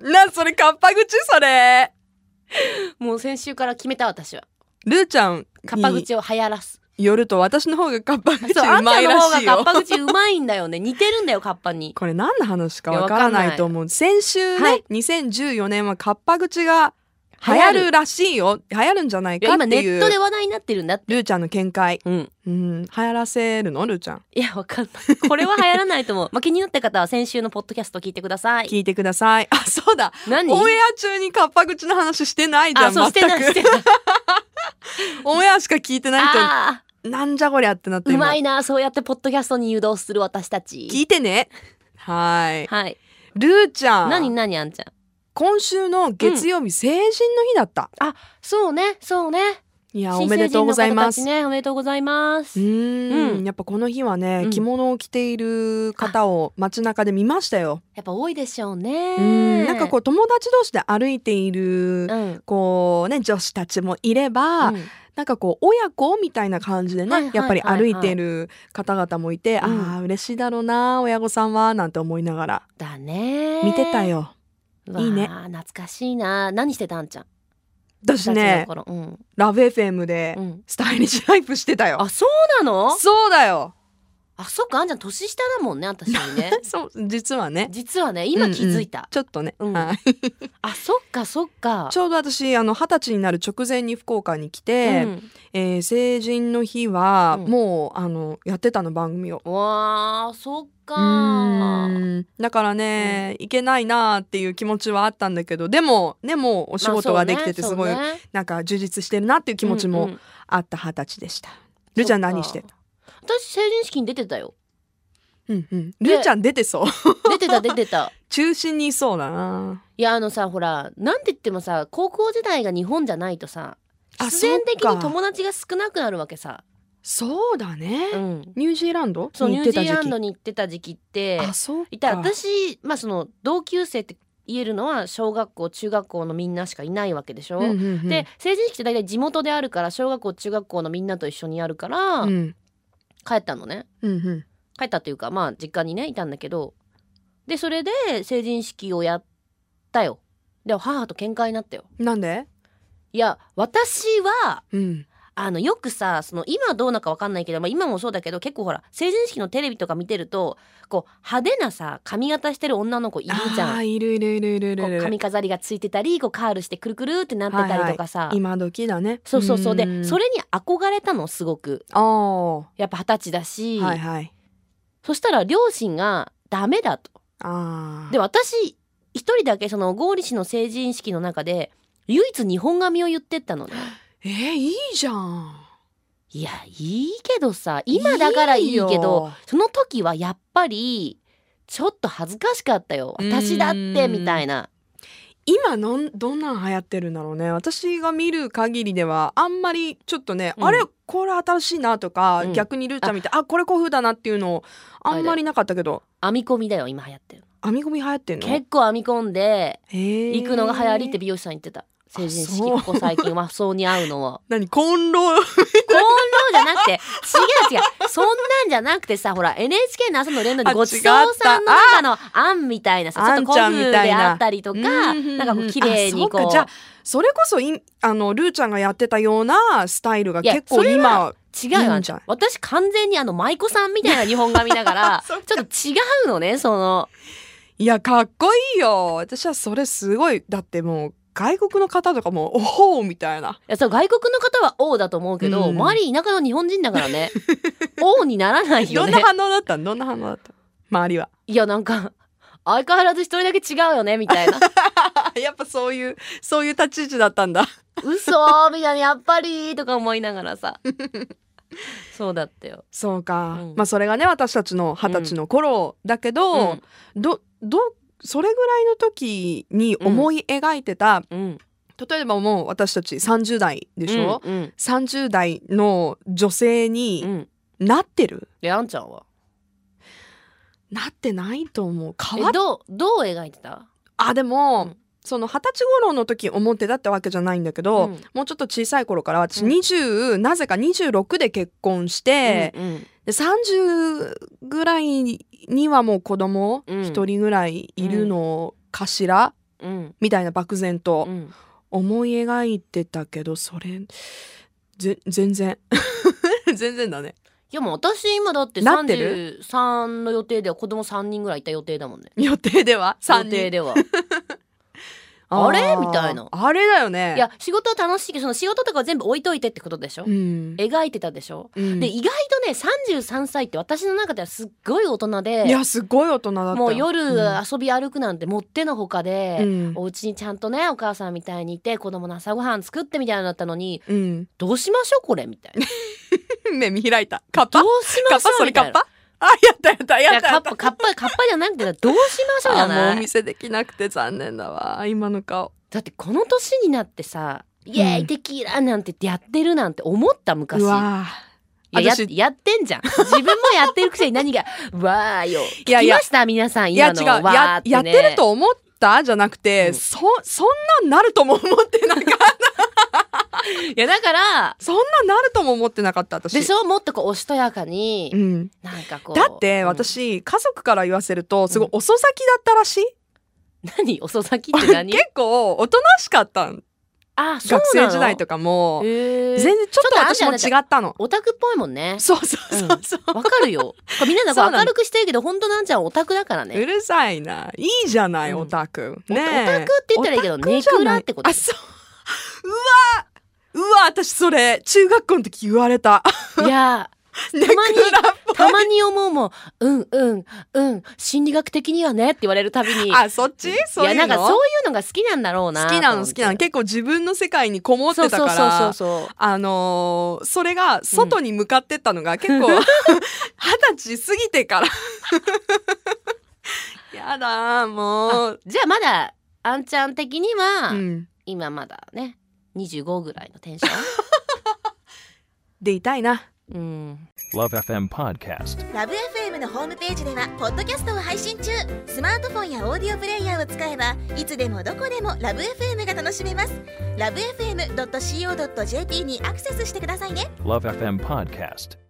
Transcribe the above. な、それ、カッパ口それ。もう先週から決めた私はルーちゃんカッパに口を流行らすよると私の方がカッパ 口そうあうんたまいのら方しいがカッよ。パ口うまいんだよね似てるんだよカッパにこれ何の話かいやわからわかんなないいと思う。先週ね、はい2014年はカッパ口が流行るらしいよ。流行るんじゃないいやかって今ネいットでう。話題になってるんだってルーちゃんの見解。うんうん、流行らせるのルーちゃん。いやわかんないこれは流行らない と思う、まあ、気になった方は先週のポッドキャスト聞いてください聞いてください。あ、そうだ。何オンエア中にカッパ口の話してないじゃあん。そうしてないし全 く。てないオンエアしか聞いてないあ人、なんじゃこりゃってなってーうま今いなそうやってポッドキャストに誘導する私た聞ちいてね。はい。はいルーちゃん。何何あんちゃん今週の月曜日、成人の日だった。そうねそうねいや、お新めで成と人うのご方ざいまたすち。ねおめでとうございまうすーん、うんやっぱこの日はね、うん着物を着ている方を街中で見ましたよ。やっぱ多いでしょううねん、なんかこう友達同士で歩いている、うん、うんこうね女子たちもいれば、なんかこう親子みたいな感じでね、はいはいはいはいやっぱり歩いている方々もいて、うんああ嬉しいだろうな親御さんはなんて思いながらだね見てたよ。いいいいねね懐かしいな何してたあんちゃん私ね二十歳の頃うんラブ FM でうんスタイリッシュライフしてたよ。あそうなのそうだよ。あそっかあんちゃん年下だもんね私よ りねそう実はね実はね今気づいた、ちょっとね、うんはい あそっかそっかちょうど私あの二十歳になる直前に福岡に来て、うんえー成人の日はうんもう、あのやってたの番組を。うわーそっかうーんだからね、いけないなーっていう気持ちはあったんだけどでもねもうお仕事ができててすごい、なんか充実してるなっていう気持ちもあった二十歳でした。ルーちゃん何してたた私成人式に出てたようんうん、ルーちゃん出てそう 出てた出てた中心にいそうだないやあのさほらなんて言ってもさ高校時代が日本じゃないとさあ必然的にそうか友達が少なくなるわけさそうだね、うんニュージーランドそうに行ニュっーてジた時期ーランドに行ってた時期ってあそうかいた私まあその同級生って言えるのは小学校中学校のみんなしかいないわけでしょ、うんうんうんで成人式って大体地元であるから小学校中学校のみんなと一緒にやるから、うん帰ったのねうんうん帰ったというかまあ実家にねいたんだけどでそれで成人式をやったよで母と喧嘩になったよなんでいや私はうんあのよくさその今どうなのかわかんないけど、まあ、今もそうだけど結構ほら成人式のテレビとか見てるとこう派手なさ髪型してる女の子いるじあゃん。ーいるいるいるいるいこるういる髪飾りがついてたりこうカールしてくるくるってなってたりとかさ、今時だねそうそうそうでそれれに憧れたのすごくああはやっぱ二十歳だし、いはいそしたら両親がダメだと。ああで私一人だけその郷里氏の成人式の中で唯一日本髪を言ってったの ね。えー、いいじゃんいやいいけどさ今だからいいけどよその時はやっぱりちょっと恥ずかしかったようーん私だってみたいな今のんどんなん流行ってるんだろうね私が見る限りではあんまりちょっとね、うんあれこれ新しいなとか、うん逆にルーちゃん見てあこれ古風だなっていうのあんまりなかったけど編み込みだよ今流行ってる編み込み流行ってんの結構編み込んで行行くのが流行りって美容師さん言ってた成人式そうここ最近和装に合うのは何コンロこんなのじゃなくて違う違うそんなんじゃなくてさほら NHK の朝の連打あでごちそうさんの違中のあんみたいなさちょっと古あんちゃん風みたいでなあったりとかうんなんかこう綺麗にあそうこかうじゃあそれこそいあのルーちゃんがやってたようなスタイルがいや結構今違うよいいあんんちじゃなんゃい私完全にあの舞妓さんみたいな日本髪だからちょ そっっと違うのねそのいやかっこいいよ私はそれすごいだってもう外国の方とかもおほうみたいないやそう外国の方は王だと思うけど、うん周り田舎の日本人だか らね王にならないよどんねな反応だったのどんな反応だった周りはいやなんか相変わらず一人だけ違うよねみたい な やっぱそういうそういう立ち位置だったんだ嘘ーみたいなやっぱりとか思いながら さそうだったよ、そうか、うんまあそれがね私たちの二十歳の頃だけど、うんどどそれぐらいの時に思い描いてた、うん、例えばもう私たち30代でしょ、うんうん30代の女性うにんなってる、であんちゃんはなってないと思う変わえっどうどう描いてたあでも、うんその二十歳頃の時思ってたってわけじゃないんだけど、うんもうちょっと小さい頃から私うん20、なぜか26で結婚して、うんうんで30ぐらいにはもう子供うん一人ぐらいいるのかしら、うんみたいな漠然とうん思い描いてたけどそれぜ全然 全然だねいやもう私今だってなってる33の予定では子供3人ぐらいいた予定だもんね予定では予3人定ではーあれみたいなあれだよねいや仕事は楽しいけどその仕事とかは全部置いといてってことでしょ、うん描いてたでしょ、うんで意外とね33歳って私の中ではすっごい大人でいやすごい大人だったよもう夜ん遊び歩くなんてもってのほかで、うんお家にちゃんとねお母さんみたいにいて子供の朝ごはん作ってみたいなのだったのにうん、 どうしましょうこれみたいなね見開いたカッどパうしカまッしょパそうれみカたッいなパあやったやったやっいやたカやッっパたカッパカッパじゃなくてどうしましょうじあゃもうなおい見せできなくて残念だわ今の顔だってこの年になってさ「イエーうんイテキーラ!」なんてやってるなんて思った昔ういわやや私やってんじゃん自分もやってるくせに何が「わーよ」いや聞いきやました皆さんいや今違のうわーやってねやってると思ったじゃなくて、うんそそんなんなるとも思ってなかった いやだからそんなんなるとも思ってなかった私でしょもっとこうおしとやかに、うん、なんかこうだってうん私、家族から言わせるとすごい遅咲きだったらしい、 何遅咲きって何結構おとなしかったんあそう学なの生時代とかもへ全ー然ちょっと私も違ったのオタクっぽいもんねそうそうそうそう、わかるよこれみんなそなうなんかの明るくしてるけど本当なんちゃんオタクだからうねるさいないいじゃない、うんオタクオねタえオタクって言ったらいいけどオタクじゃネクなラいってことあそううわうわ私それ中学校の時言われ たいや ネクラっぽいたまに思うもんうんうんうん心理学的にはねって言われるたびにあそっちそういうのやなんかそういうのが好きなんだろうな好きなの好きなのと結構自分の世界にこもって思たってからそうそうそうそうあのーそれが外に向かってったのが結 構二十、歳過ぎて からやだーもう、じゃあまだあんちゃん的には、うん、今まだね25ぐらいのテンショでいたいな ンうん、 Love FM Podcast. ラブ f m のホームページではポッドキャストを配信中スマートフォンやオーディオプレイヤーを使えばいつでもどこでもラブ f m が楽しめますラブ FM.co.jp にアクセスしてくださいね Love FM Podcast.